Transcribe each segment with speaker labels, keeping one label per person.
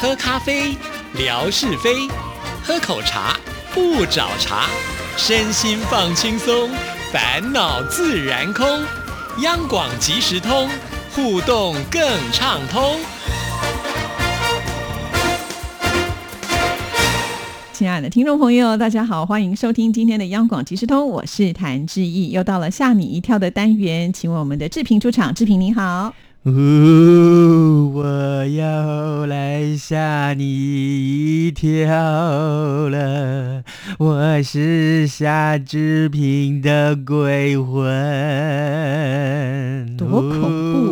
Speaker 1: 喝咖啡，聊是非；喝口茶，不找茬。身心放轻松，烦恼自然空。央广即时通，互动更畅通。
Speaker 2: 亲爱的听众朋友，大家好，欢迎收听今天的央广即时通，我是谭志毅，又到了吓你一跳的单元，请我们的志平出场，志平你好。
Speaker 3: 哦，我要来吓你一跳了，我是夏志平的鬼魂。
Speaker 2: 多恐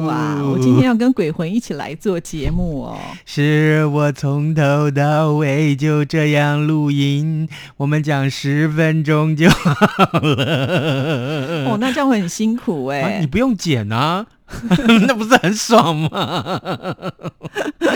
Speaker 2: 怖啊！
Speaker 3: 哦
Speaker 2: 我今天要跟鬼魂一起来做节目哦。
Speaker 3: 是我从头到尾就这样录音，我们讲十分钟就好了。
Speaker 2: 哦，那这样会很辛苦哎、
Speaker 3: 嗯啊，你不用剪啊， 那不是很爽吗？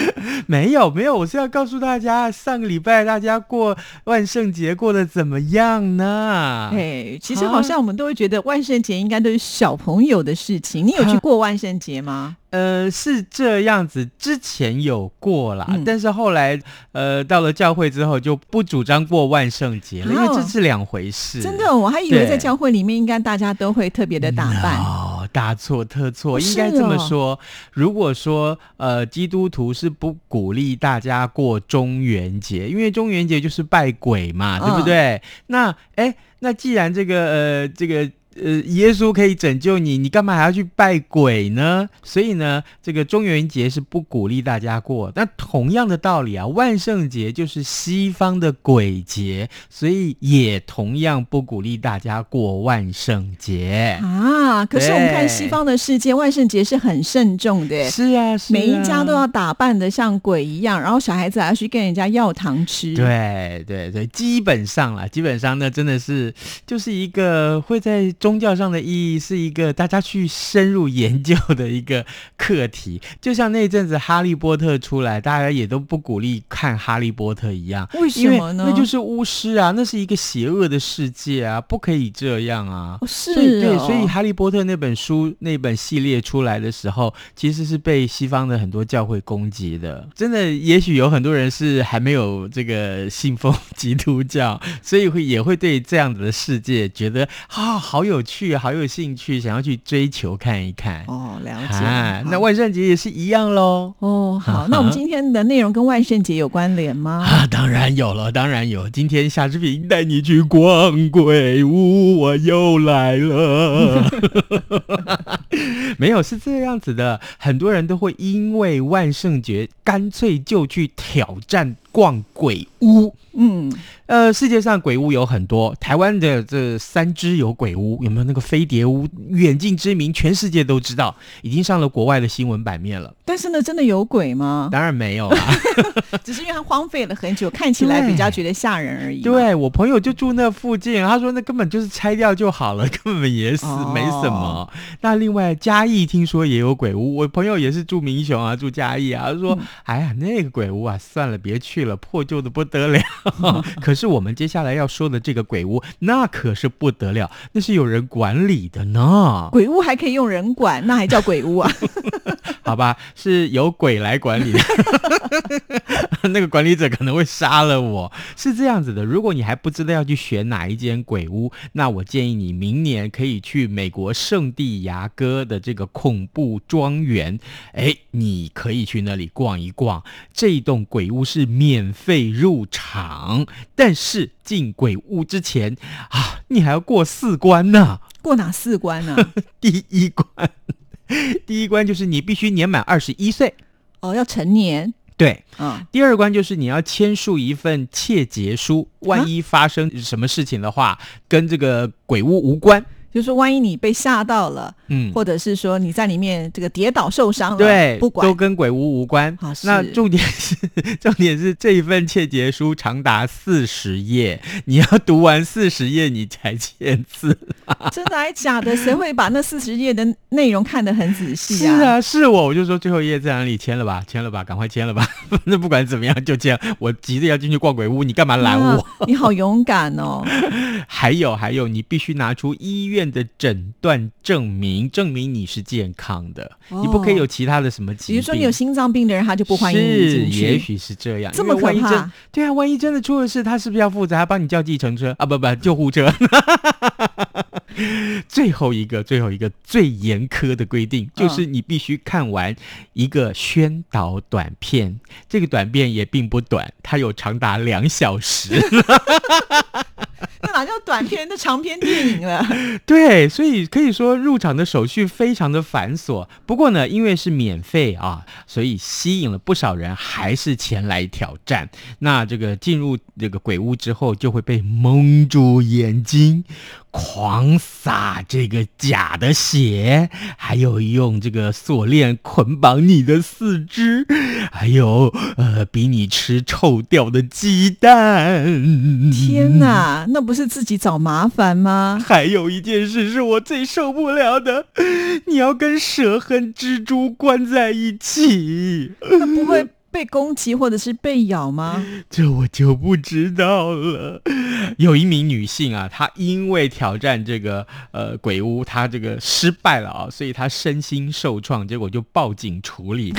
Speaker 3: 没有没有，我是要告诉大家，上个礼拜大家过万圣节过得怎么样呢？
Speaker 2: 哎，其实好像我们都会觉得万圣节应该都是小朋友的事情。你有去过万圣节吗？
Speaker 3: 呃，是这样子，之前有过啦，
Speaker 2: 嗯
Speaker 3: 但是后来呃到了教会之后就不主张过万圣节了，因为
Speaker 2: 哦
Speaker 3: 这是两回事。
Speaker 2: 真的，我还以为
Speaker 3: 对
Speaker 2: 在教会里面应该大家都会特别的打扮。
Speaker 3: 哦，大错特错，
Speaker 2: 哦
Speaker 3: 应该
Speaker 2: 是
Speaker 3: 这么
Speaker 2: 哦
Speaker 3: 说。如果说呃，基督徒是不鼓励大家过中元节，因为中元节就是拜鬼嘛，对不
Speaker 2: 嗯
Speaker 3: 对？那哎，那既然这个呃这个。呃，耶稣可以拯救你，你干嘛还要去拜鬼呢？所以呢，这个中元节是不鼓励大家过。那同样的道理啊，万圣节就是西方的鬼节，所以也同样不鼓励大家过万圣节。
Speaker 2: 啊！可是我们看
Speaker 3: 对
Speaker 2: 西方的世界，万圣节是很慎重的耶，
Speaker 3: 是啊，是啊
Speaker 2: 每一家都要打扮的像鬼一样，然后小孩子还要去跟人家要糖吃。，
Speaker 3: 对对对，基本上啦，基本上那真的是就是一个会在宗教上的意义是一个大家去深入研究的一个课题，就像那阵子《哈利波特》出来，大家也都不鼓励看《哈利波特》一样，
Speaker 2: 为什
Speaker 3: 因为
Speaker 2: 么呢？
Speaker 3: 那就是巫师啊，那是一个邪恶的世界啊，不可以这样啊。
Speaker 2: 哦是
Speaker 3: 所以对，
Speaker 2: 哦
Speaker 3: 所以《哈利波特》那本书那本系列出来的时候，其实是被西方的很多教会攻击的。真的，也许有很多人是还没有这个信奉 基督教，所以会也会对这样子的世界觉得啊、好有趣，好有兴趣，想要去追求看一看。
Speaker 2: 哦，了解。
Speaker 3: 啊，
Speaker 2: 好
Speaker 3: 那万圣节也是一样喽。
Speaker 2: 哦，好，那我们今天的内容跟万圣节有关联吗？
Speaker 3: 啊，当然有了，当然有。今天夏志平带你去逛鬼屋，我又来了。 没有，是这样子的，很多人都会因为万圣节，干脆就去挑战逛鬼屋。
Speaker 2: 嗯，
Speaker 3: 呃，世界上鬼屋有很多，台湾的这三只有鬼屋，有没有那个飞碟屋？远近知名，全世界都知道，已经上了国外的新闻版面了。
Speaker 2: 但是呢，真的有鬼吗？
Speaker 3: 当然没有啦。
Speaker 2: 只是因为它荒废了很久，看起来比较觉得吓人而已。，
Speaker 3: 对我朋友就住那附近，他说那根本就是拆掉就好了，根本也是
Speaker 2: 哦
Speaker 3: 没什么。那另外嘉义听说也有鬼屋，我朋友也是住民雄啊，住嘉义啊，他说、哎呀那个鬼屋啊，算了别去了，破旧的不得了。可是我们接下来要说的这个鬼屋，那可是不得了，那是有人管理的呢，
Speaker 2: 鬼屋还可以用人管，那还叫鬼屋啊？
Speaker 3: 好吧，是由鬼来管理的。 那个管理者可能会杀了我。是这样子的，如果你还不知道要去选哪一间鬼屋，那我建议你明年可以去美国圣地牙哥的这个恐怖庄园，哎，你可以去那里逛一逛。这一栋鬼屋是免费入场，但是进鬼屋之前啊，你还要过四关呢。
Speaker 2: 过哪四关 呢、
Speaker 3: 第一关， 第一关就是你必须年满二十一岁，
Speaker 2: 哦，要成年
Speaker 3: 对。
Speaker 2: 啊、
Speaker 3: 第二关就是你要签署一份切结书，
Speaker 2: 啊
Speaker 3: 万一发生什么事情的话，跟这个鬼屋无关。
Speaker 2: 就是说万一你被吓到了，
Speaker 3: 嗯，
Speaker 2: 或者是说你在里面这个跌倒受伤了，
Speaker 3: 对，
Speaker 2: 不
Speaker 3: 都
Speaker 2: 管。
Speaker 3: 跟鬼屋无关。
Speaker 2: 啊是
Speaker 3: 那重点是，重点是这一份切结书长达四十页，你要读完四十页你才签字。
Speaker 2: 真的还假的？谁会把那四十页的内容看得很仔细
Speaker 3: 是
Speaker 2: 啊？
Speaker 3: 啊，是我，我就说最后一页在哪里签了吧，签了吧，赶快签了吧， 反正不管怎么样就签。我急着要进去逛鬼屋，你干嘛拦我？
Speaker 2: 啊你好勇敢哦！
Speaker 3: 还有还有，你必须拿出医院院的诊断证明，证明你是健康的，你不可以有其他的什么疾
Speaker 2: 哦比
Speaker 3: 病。
Speaker 2: 如说你有心脏病的人，他就不欢迎你
Speaker 3: 是，
Speaker 2: 进去。
Speaker 3: 也许是这样。
Speaker 2: 这么
Speaker 3: 因为万一
Speaker 2: 可怕
Speaker 3: 真对啊，万一真的出了事，他是不是要负责？他帮你叫计程车啊？不不，救护车。 最后一个，最后一个最严苛的规
Speaker 2: 嗯
Speaker 3: 定，就是你必须看完一个宣导短片。这个短片也并不短，它有长达两小时。
Speaker 2: 那哪叫短片？那长篇电影 了。
Speaker 3: 对，所以可以说入场的手续非常的繁琐。不过呢，因为是免费啊，所以吸引了不少人还是前来挑战。那这个进入这个鬼屋之后，就会被蒙住眼睛，狂撒这个假的血，还有用这个锁链捆绑你的四肢，还有呃，逼你吃臭掉的鸡蛋。
Speaker 2: 天
Speaker 3: 嗯
Speaker 2: 哪，那不是自己找麻烦吗？
Speaker 3: 还有一件事是我最受不了的，你要跟蛇和蜘蛛关在一起，
Speaker 2: 那不会被攻击或者是被咬吗？
Speaker 3: 这我就不知道了。有一名女性啊，她因为挑战这个呃鬼屋，她这个失败了啊，所以她身心受创，结果就报警处理。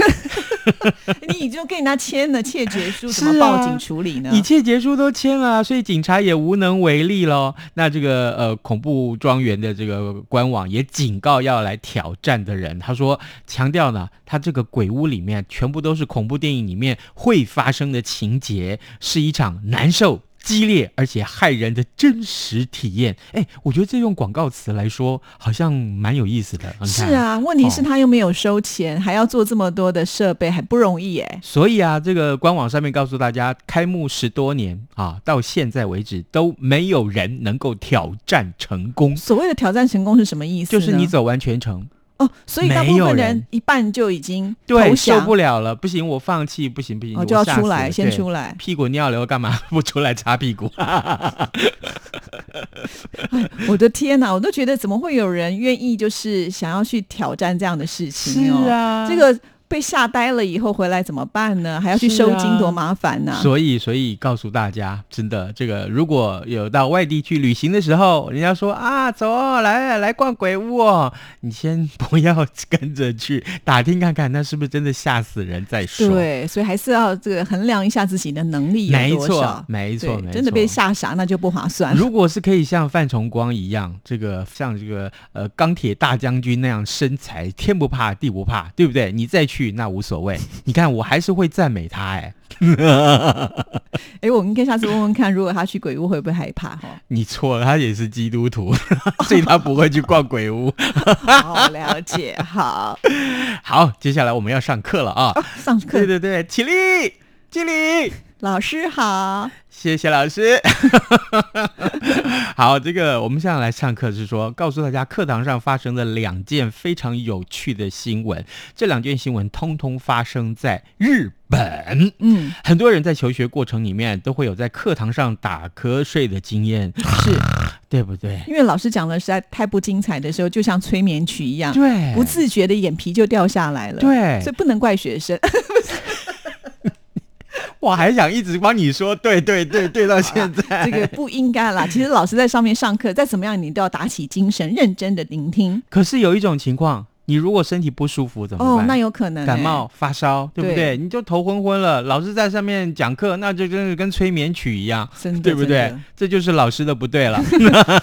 Speaker 2: 你已经跟人家签了窃决书，
Speaker 3: 是
Speaker 2: 怎
Speaker 3: 啊
Speaker 2: 么报警处理呢？
Speaker 3: 你切结书都签了啊，所以警察也无能为力喽。那这个呃恐怖庄园的这个官网也警告要来挑战的人，他说强调呢，他这个鬼屋里面全部都是恐怖电影里面会发生的情节，是一场难受。激烈而且害人的真实体验，哎，我觉得这用广告词来说好像蛮有意思的。你看
Speaker 2: 是啊，问题是他又没有收钱，还要做这么多的设备，还不容易哎。
Speaker 3: 所以啊，这个官网上面告诉大家，开幕十多年啊，到现在为止都没有人能够挑战成功，
Speaker 2: 所谓的挑战成功是什么意思
Speaker 3: 就
Speaker 2: 呢？
Speaker 3: 是你走完全程，
Speaker 2: 哦，所以大
Speaker 3: 没
Speaker 2: 部
Speaker 3: 有
Speaker 2: 分
Speaker 3: 人
Speaker 2: 人一半就已经投
Speaker 3: 对，受
Speaker 2: 降
Speaker 3: 不了了，不行，我放弃，不行不行，
Speaker 2: 哦，就要
Speaker 3: 我吓死
Speaker 2: 出来，
Speaker 3: 了
Speaker 2: 先
Speaker 3: 对
Speaker 2: 出来。
Speaker 3: 屁股尿流干嘛不出来擦屁股？啊
Speaker 2: 我的天哪，我都觉得怎么会有人愿意就是想要去挑战这样的事情哦？
Speaker 3: 啊
Speaker 2: 这。个被吓呆了以后回来怎么办呢？还要去
Speaker 3: 是
Speaker 2: 收
Speaker 3: 啊
Speaker 2: 金，多麻烦呐、
Speaker 3: 所以，所以告诉大家，真的，这个如果有到外地去旅行的时候，人家说啊，走哦，来来逛鬼屋哦，你先不要跟着去，打听看看，那是不是真的吓死人再说。，
Speaker 2: 对，所以还是要这个衡量一下自己的能力有
Speaker 3: 没
Speaker 2: 多
Speaker 3: 错
Speaker 2: 少，。
Speaker 3: 没错，
Speaker 2: 对
Speaker 3: 没错，
Speaker 2: 真的被。吓傻那就不划算。
Speaker 3: 如果是可以像范崇光一样，这个像这个呃钢铁大将军那样身材，天不怕地不怕，对不对？你再去那无所谓。你看，我还是会赞美他哎、
Speaker 2: 哎，我们可以下次问问看，如果他去鬼屋会不会害怕？ 哈、
Speaker 3: 你错了，他也是基 督徒，所以他不会去逛鬼屋。
Speaker 2: 好了解，好
Speaker 3: 好，接下来我们要上课了 啊！
Speaker 2: 上课
Speaker 3: 对对对，起立，起立。
Speaker 2: 老师好，
Speaker 3: 谢谢老师。 好，这个我们现在来上课是说，告诉大家课堂上发生的两件非常有趣的新闻。这两件新闻通通发生在日本。
Speaker 2: 嗯，
Speaker 3: 很多人在求学过程里面都会有在课堂上打瞌睡的经 验，是对不对？
Speaker 2: 因为老师讲的实在太不精彩的时候，就像催眠曲一样，
Speaker 3: 对，
Speaker 2: 不自觉的眼皮就掉下来了。
Speaker 3: 对
Speaker 2: 所以不能怪学生。
Speaker 3: 我还想一直帮你说，对对对对，到现在。
Speaker 2: 这个不应该啦。其实老师在上面上课，再怎么样你都要打起精神，认真的聆听。
Speaker 3: 可是有一种情况，你如果身体不舒服怎么
Speaker 2: 哦
Speaker 3: 办？，
Speaker 2: 那有可能、
Speaker 3: 感。冒发烧，嗯对不对？
Speaker 2: 对
Speaker 3: 你就头昏昏了，老师在上面讲课，那就真的跟催眠曲一样，
Speaker 2: 真的
Speaker 3: 对不嗯对
Speaker 2: 真的？
Speaker 3: 这就是老师的不对 了。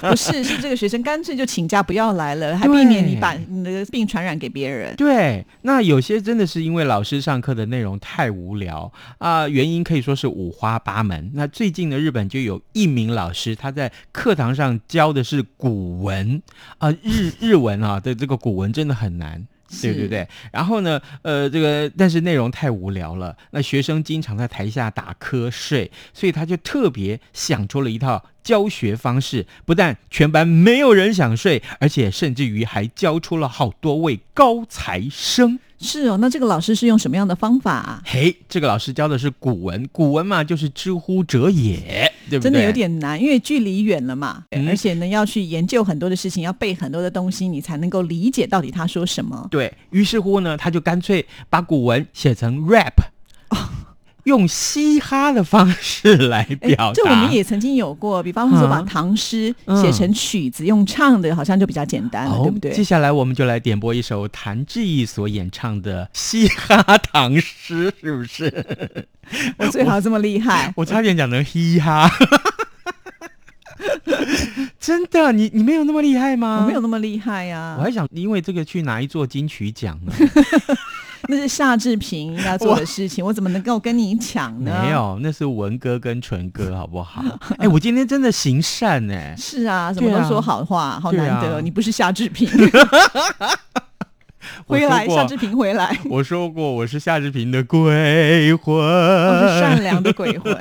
Speaker 2: 不是，是这个学生干脆就请假不要来了，还
Speaker 3: 对
Speaker 2: 避免你把你的病传染给别人。
Speaker 3: 对，那有些真的是因为老师上课的内容太无聊啊、原因可以说是五花八门。那最近的日本就有一名老师，他在课堂上教的是古文啊、日日文啊的这个古文真的很难。对
Speaker 2: 是
Speaker 3: 对对，然后呢，呃，这个但是内容太无聊了，那学生经常在台下打瞌睡，所以他就特别想出了一套教学方式，不但全班没有人想睡，而且甚至于还教出了好多位高材生。
Speaker 2: 是哦，那这个老师是用什么样的方法啊、
Speaker 3: 嘿，这个老师教的是古文，古文嘛就是知乎者也，对不对？
Speaker 2: 真的有点难，因为距离远了嘛，
Speaker 3: 嗯
Speaker 2: 而且呢要去研究很多的事情，要背很多的东西，你才能够理解到底他说什么。
Speaker 3: 对于是乎呢，他就干脆把古文写成 rap。用嘻哈的方式来
Speaker 2: 哎
Speaker 3: 表达。
Speaker 2: 这我们也曾经有过，比方说把
Speaker 3: 嗯
Speaker 2: 唐诗写成曲子，用唱的，好像就比较简单了，
Speaker 3: 好，
Speaker 2: 啊对不对
Speaker 3: 接？下来我们就来点播一首谭志毅所演唱的《嘻哈唐诗》，是不是？
Speaker 2: 我最好这么厉害，
Speaker 3: 我差点讲成嘻哈。 真的，你你没有那么厉害吗？
Speaker 2: 我没有，那么厉害呀、
Speaker 3: 嗯我还想因为这个去拿一座金曲奖呢。
Speaker 2: 那是夏志平应该做的事情，我怎么能够跟你抢呢？
Speaker 3: 没，有，那是文哥跟纯哥，好不 好？哎、我今天真的行善哎、
Speaker 2: 是啊，什么都说好话，好难
Speaker 3: 对
Speaker 2: 得，
Speaker 3: 啊
Speaker 2: 你不是夏志平，
Speaker 3: 我
Speaker 2: 回
Speaker 3: 说
Speaker 2: 来，
Speaker 3: 过
Speaker 2: 夏志平回来，
Speaker 3: 我说过我是夏志平的鬼魂，
Speaker 2: 我
Speaker 3: 嗯
Speaker 2: 哦是善良的鬼魂，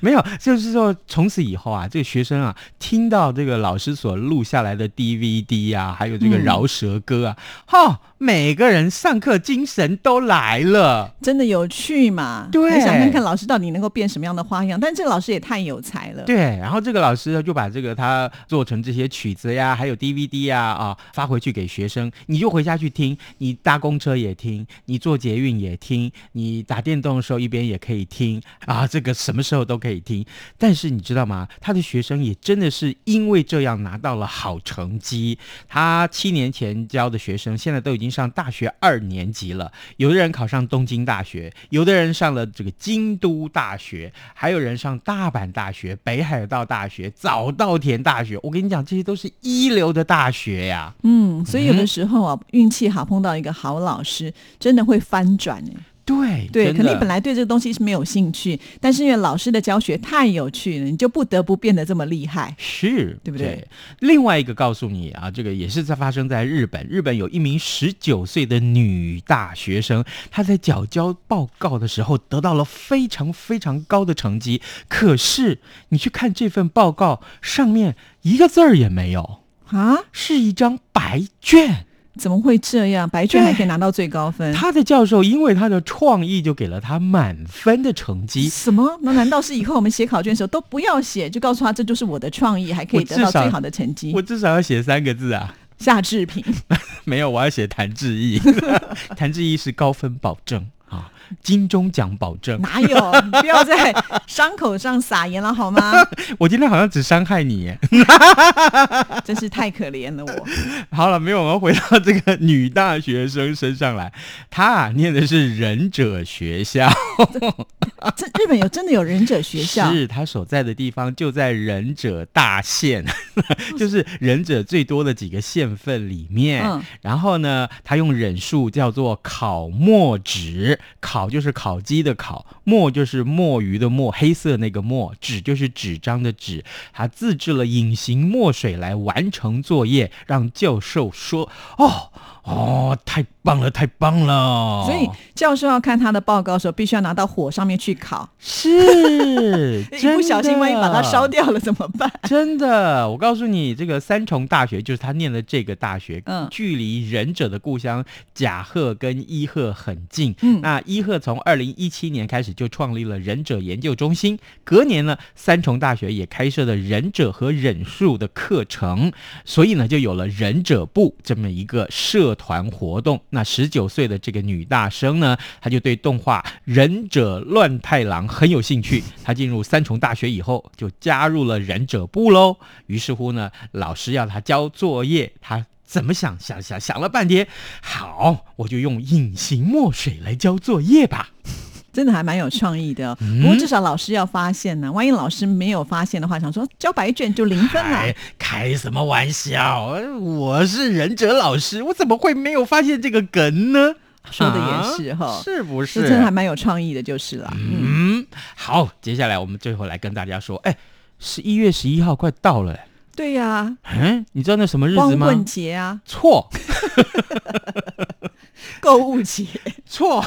Speaker 3: 没有，就是说从此以后啊，这个学生啊，听到这个老师所录下来的 DVD 啊，还有这个
Speaker 2: 嗯
Speaker 3: 饶舌歌啊，哈、每个人上课精神都来了。
Speaker 2: 真的有趣嘛？
Speaker 3: 对
Speaker 2: 很想看看老师到底能够变什么样的花样，但这个老师也太有才了，
Speaker 3: 对，然后这个老师呢就把这个他做成这些曲子呀，还有 DVD 呀啊发回去给学生，你就回家去听，你搭公车也听，你坐捷运也听，你打电动的时候一边也可以听啊，这个什么时候都可以听。但是你知道吗？他的学生也真的是因为这样拿到了好成绩。他七年前教的学生，现在都已经上大学二年级了。有的人考上东京大学，有的人上了这个京都大学，还有人上大阪大学、北海道大学、早稻田大学。我跟你讲，这些都是一流的大学呀。
Speaker 2: 嗯，所以有的时候啊，运气好碰到一个好老师，真的会翻转哎、
Speaker 3: 对
Speaker 2: 对，可能
Speaker 3: 真的
Speaker 2: 你本来对这个东西是没有兴趣，但是因为老师的教学太有趣了，你就不得不变得这么厉害。
Speaker 3: 是
Speaker 2: 对不对
Speaker 3: 另外一个告诉你啊，这个也是在发生在日本。日本有一名十九岁的女大学生，她在缴交报告的时候得到了非常非常高的成绩，可是你去看这份报告，上面一个字儿也没有，
Speaker 2: 啊？
Speaker 3: 是一张白卷。
Speaker 2: 怎么会这样？白卷还可以拿到最高分？
Speaker 3: 她的教授因为她的创意，就给了她满分的成绩。
Speaker 2: 什么？那难道是以后我们写考卷的时候都不要写，就告诉他这就是我的创意，还可以得
Speaker 3: 我
Speaker 2: 到
Speaker 3: 至少
Speaker 2: 最好的成绩
Speaker 3: 我？至少要写三个字啊！
Speaker 2: 夏志平，
Speaker 3: 没有，我要写谭志毅。 谭志毅是高分保证啊，金钟奖保证。
Speaker 2: 哪有？你不要在伤口上撒盐了好吗？
Speaker 3: 我今天好像只伤害你耶。
Speaker 2: 真是太可怜了我。
Speaker 3: 好了，没有，我们回到这个女大学生身上来。她啊念的是忍者学校，
Speaker 2: 这日本有真的有忍者学校？
Speaker 3: 是她所在的地方就在忍者大县， 就是忍者最多的几个县份里面。
Speaker 2: 嗯
Speaker 3: 然后呢，她用忍术叫做烤墨纸，烤就是烤鸡的烤，墨就是墨鱼的墨，黑色那个墨，纸就是纸张的纸。她自制了隐形墨水来完成作业，让教授说：“哦哦，太棒了，太棒了！”
Speaker 2: 所以教授要看他的报告的时候，必须要拿到火上面去烤。
Speaker 3: 是
Speaker 2: 一不小心，万一把它烧
Speaker 3: 掉。
Speaker 2: 掉了怎么办？
Speaker 3: 真的，我告诉你，这个三重大学就是他念的这个大学，
Speaker 2: 嗯
Speaker 3: 距离忍者的故乡甲贺跟伊贺很近。
Speaker 2: 嗯
Speaker 3: 那伊贺从二零一七年开始就创立了忍者研究中心，隔年呢，三重大学也开设了忍者和忍术的课程，所以呢，就有了忍者部这么一个社团活动。那十九岁的这个女大生呢，她就对动画《忍者乱太郎》很有兴趣。她进入三重大学以后，就加入了忍者部喽。于是乎呢，老师要她交作业，她怎么想想想想了半天，好，我就用隐形墨水来交作业吧。
Speaker 2: 真的还蛮有创意的哦、不过至少老师要发现呢、万一老师没有发现的话，想说交白卷就零分啊啦
Speaker 3: 哎。，开什么玩笑？呃我是忍者老师，我怎么会没有发现这个梗呢？
Speaker 2: 说的也是哈
Speaker 3: 啊是不
Speaker 2: 这真的还
Speaker 3: 是？
Speaker 2: 蛮有创意的，就是啦。嗯，
Speaker 3: 嗯，好，接下来我们最后来跟大家说，哎，十一月十一号快到了，哎
Speaker 2: 对呀、
Speaker 3: 嗯，你知道那什么日
Speaker 2: 光
Speaker 3: 子吗
Speaker 2: 棍？节啊，
Speaker 3: 错
Speaker 2: 购物节，
Speaker 3: 错，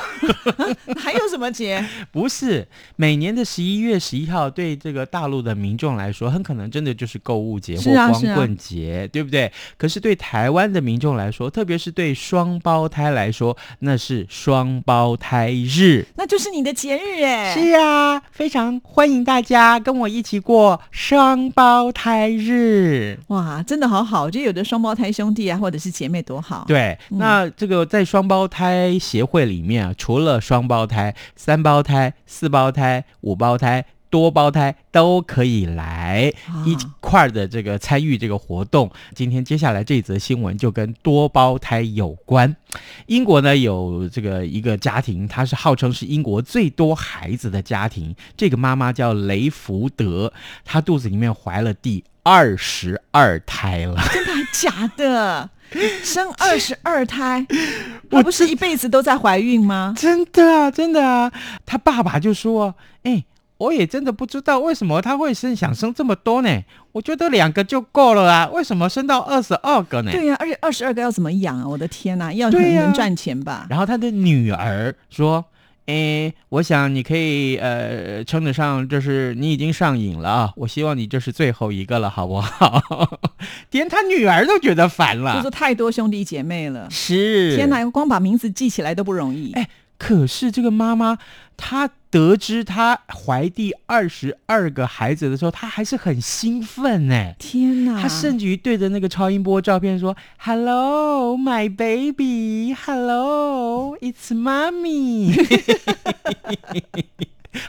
Speaker 2: 还有什么节？
Speaker 3: 不是每年的十一月十一号，对这个大陆的民众来说，很可能真的就是购物节或
Speaker 2: 是啊
Speaker 3: 光
Speaker 2: 是啊
Speaker 3: 棍节，对不对？可是对台湾的民众来说，特别是对双胞胎来说，那是双胞胎日。
Speaker 2: 那就是你的节日哎、
Speaker 3: 是啊，非常欢迎大家跟我一起过双胞胎日。是。
Speaker 2: 哇，真的好好，就有的双胞胎兄弟啊，或者是姐妹多好。，
Speaker 3: 对，那这个在双胞胎协会里面啊，除了双胞胎、三胞胎、四胞胎、五胞胎、多胞胎都可以来
Speaker 2: 啊
Speaker 3: 一块儿的这个参与这个活动。今天接下来这则新闻就跟多胞胎有关。英国呢有这个一个家庭，它是号称是英国最多孩子的家庭。这个妈妈叫雷福德，她肚子里面怀了第二十二胎了。
Speaker 2: 真的还假的？生二十二 胎，她不是一辈子都在怀孕吗？
Speaker 3: 真的啊，真的啊，他爸爸就说：“哎、我也真的不知道为什么他会生想生这么多呢？我觉得两个就够了啊，为什么生到二十二个呢
Speaker 2: 对呀、而且二十二个要怎么养啊？我的天呐、要
Speaker 3: 对
Speaker 2: 很
Speaker 3: 呀
Speaker 2: 能赚钱 吧？”？
Speaker 3: 然后他的女儿说：“哎、我想你可以呃称得上，就是你已经上瘾了啊，我希望你这是最后一个了，好不好？” 连他女儿都觉得烦
Speaker 2: 就
Speaker 3: 了
Speaker 2: 是，太多兄弟姐妹了，
Speaker 3: 啊是
Speaker 2: 天哪，光把名字记起来都不容易。
Speaker 3: 哎可是这个妈妈，她得知她怀第二十二个孩子的时候，她还是很兴奋呢。
Speaker 2: 天哪，
Speaker 3: 她甚至于对着那个超音波照片说：“Hello, my baby. Hello, it's mommy。”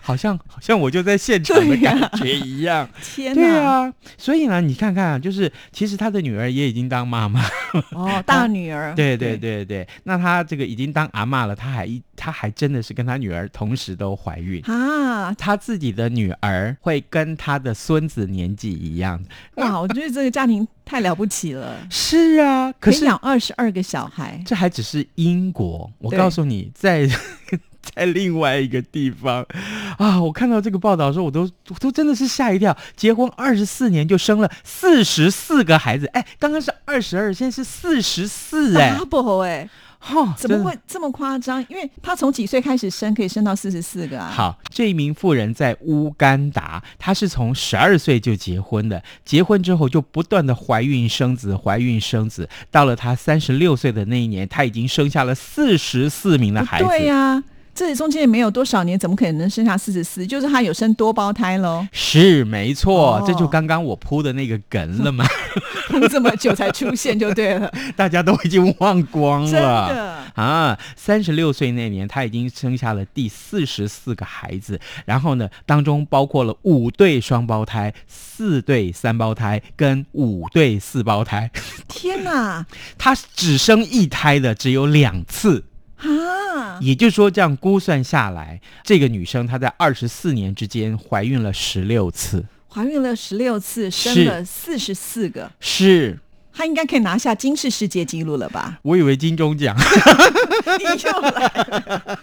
Speaker 3: 好像好像我就在现场的
Speaker 2: 对呀
Speaker 3: 感觉一样。
Speaker 2: 天
Speaker 3: 对
Speaker 2: 哪，
Speaker 3: 啊，所以呢，你看看啊，就是其实她的女儿也已经当妈妈
Speaker 2: 哦，大女儿，
Speaker 3: 对对对对，那她这个已经当阿嬷了，她还一她还真的是跟她女儿同时都 怀孕。
Speaker 2: 啊，
Speaker 3: 她自己的女儿会跟她的孙子年纪 一样，
Speaker 2: 哇，我觉得这个家庭太了不起了，
Speaker 3: 是啊，可
Speaker 2: 可以
Speaker 3: 是
Speaker 2: 养二十二个小孩，
Speaker 3: 这还只是英国，我
Speaker 2: 对
Speaker 3: 告诉你，在 在另外一个地方啊，我看到这个报道的时候，我都我都真的是吓一跳，结婚二十四年就生了四十四个孩子，哎，刚刚是二十二，现在是四十四，哎，
Speaker 2: double 哎、
Speaker 3: 哈，
Speaker 2: 怎么
Speaker 3: 真的
Speaker 2: 会这么夸张？因为他从几岁开始生，可以生到四十四个啊。
Speaker 3: 好，这一名妇人在乌干达，她是从十二岁就结婚的，结婚之后就不断的怀孕生子，怀孕生子，到了她三十六岁的那一年，她已经生下了四十四名的
Speaker 2: 不
Speaker 3: 孩子。，
Speaker 2: 对呀、这中间也没有多少年，怎么可能生下四十四？就是他有生多胞胎喽
Speaker 3: 是没错，
Speaker 2: 哦
Speaker 3: 这就刚刚我铺的那个梗 了嘛，
Speaker 2: 哭 这么久才出现就对了，
Speaker 3: 大家都已经忘光
Speaker 2: 真
Speaker 3: 了。
Speaker 2: 的。
Speaker 3: 啊，三十六岁那年，她已经生下了第四十四个孩子，然后呢，当中包括了五对双胞胎、四对三胞胎跟五对四胞胎。
Speaker 2: 天哪，
Speaker 3: 她只生一胎的只有两次，
Speaker 2: 啊，
Speaker 3: 也就是说，这样估算下来，这个女生她在二十四年之间怀孕了十六次。
Speaker 2: 怀孕了十六次，生
Speaker 3: 是
Speaker 2: 了四十四个，
Speaker 3: 是
Speaker 2: 他应该可以拿下金氏世界纪录了
Speaker 3: ？
Speaker 2: 吧
Speaker 3: 我以为金钟奖
Speaker 2: 你又来了，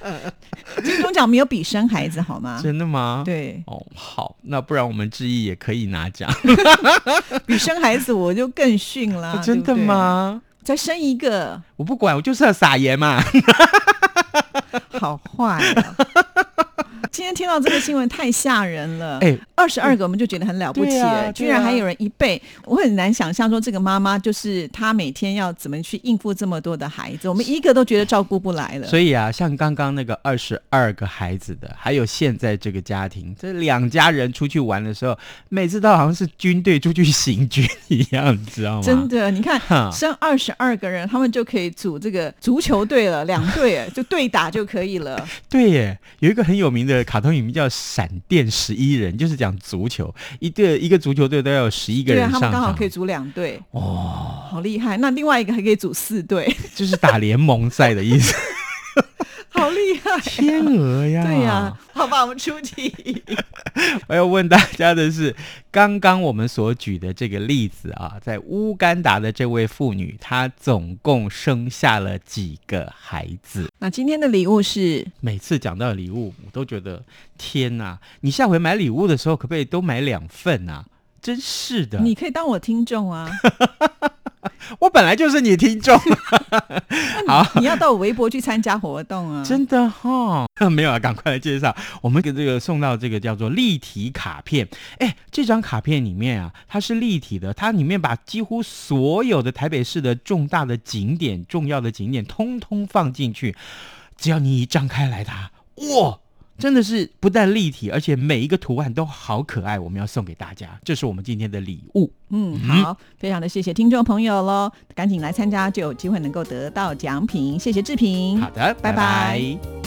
Speaker 2: 金钟奖没有比生孩子好吗？
Speaker 3: 真的吗？。
Speaker 2: 对
Speaker 3: 哦，好，那不然我们志毅也可以拿奖，
Speaker 2: 比生孩子我就更逊啦，
Speaker 3: 真的
Speaker 2: 对不对？
Speaker 3: 吗？
Speaker 2: 再生一个，
Speaker 3: 我不管，我就是要撒盐嘛。
Speaker 2: 好坏、啊。 今天听到这个新闻太吓人了，
Speaker 3: 哎
Speaker 2: 二十二个我们就觉得很了不起
Speaker 3: 对
Speaker 2: 了，
Speaker 3: 啊对啊
Speaker 2: 居然还有人一倍，我很难想象说这个妈妈就是她每天要怎么去应付这么多的孩子，我们一个都觉得照顾不来了。
Speaker 3: 所以啊，像刚刚那个二十二个孩子的，还有现在这个家庭，这两家人出去玩的时候，每次都好像是军队出去行军一样，你知道吗？
Speaker 2: 真的，你看
Speaker 3: 哈
Speaker 2: 生二十二个人，他们就可以组这个足球队了，两队哎就对打就可以了。
Speaker 3: 对耶，有一个很有名的卡通影片叫《闪电十一人》，就是讲足球，一个一个足球队都要有十 一个
Speaker 2: 对
Speaker 3: 人
Speaker 2: 啊，他
Speaker 3: 上
Speaker 2: 们刚
Speaker 3: 场，
Speaker 2: 好可以组两队，哦，好厉害。那另外一个还可以组四队，
Speaker 3: 就是打联盟赛的意思。
Speaker 2: 好厉害。
Speaker 3: 天啊鹅呀，
Speaker 2: 对啊呀、好吧，我们出 题。
Speaker 3: 我要问大家的是，刚刚我们所举的这个例子啊，在乌干达的这位妇女，她总共生下了几个孩子？
Speaker 2: 那今天的礼物是
Speaker 3: 每次讲到礼物，我都觉得天哪！你下回买礼物的时候，可不可以多买两份啊？真是的，
Speaker 2: 你可以当我听众啊，
Speaker 3: 我本来就是你听众，
Speaker 2: 那你你要到我微博去参加活动啊。
Speaker 3: 真的哈、 没有啊，赶快来介绍，我们给这个送到这个叫做立体卡片。哎，这张卡片里面啊，它是立体的，它里面把几乎所有的台北市的重大的景点、重要的景点，通通放进去。只要你一张开来它，哇，真的是不但立体，而且每一个图案都好可爱，我们要送给大家，这是我们今天的礼物。
Speaker 2: 嗯，好，非常的谢谢听众朋友喽，赶紧来参加就有机会能够得到奖品，谢谢志平，
Speaker 3: 好的，
Speaker 2: 嗯拜拜
Speaker 3: 拜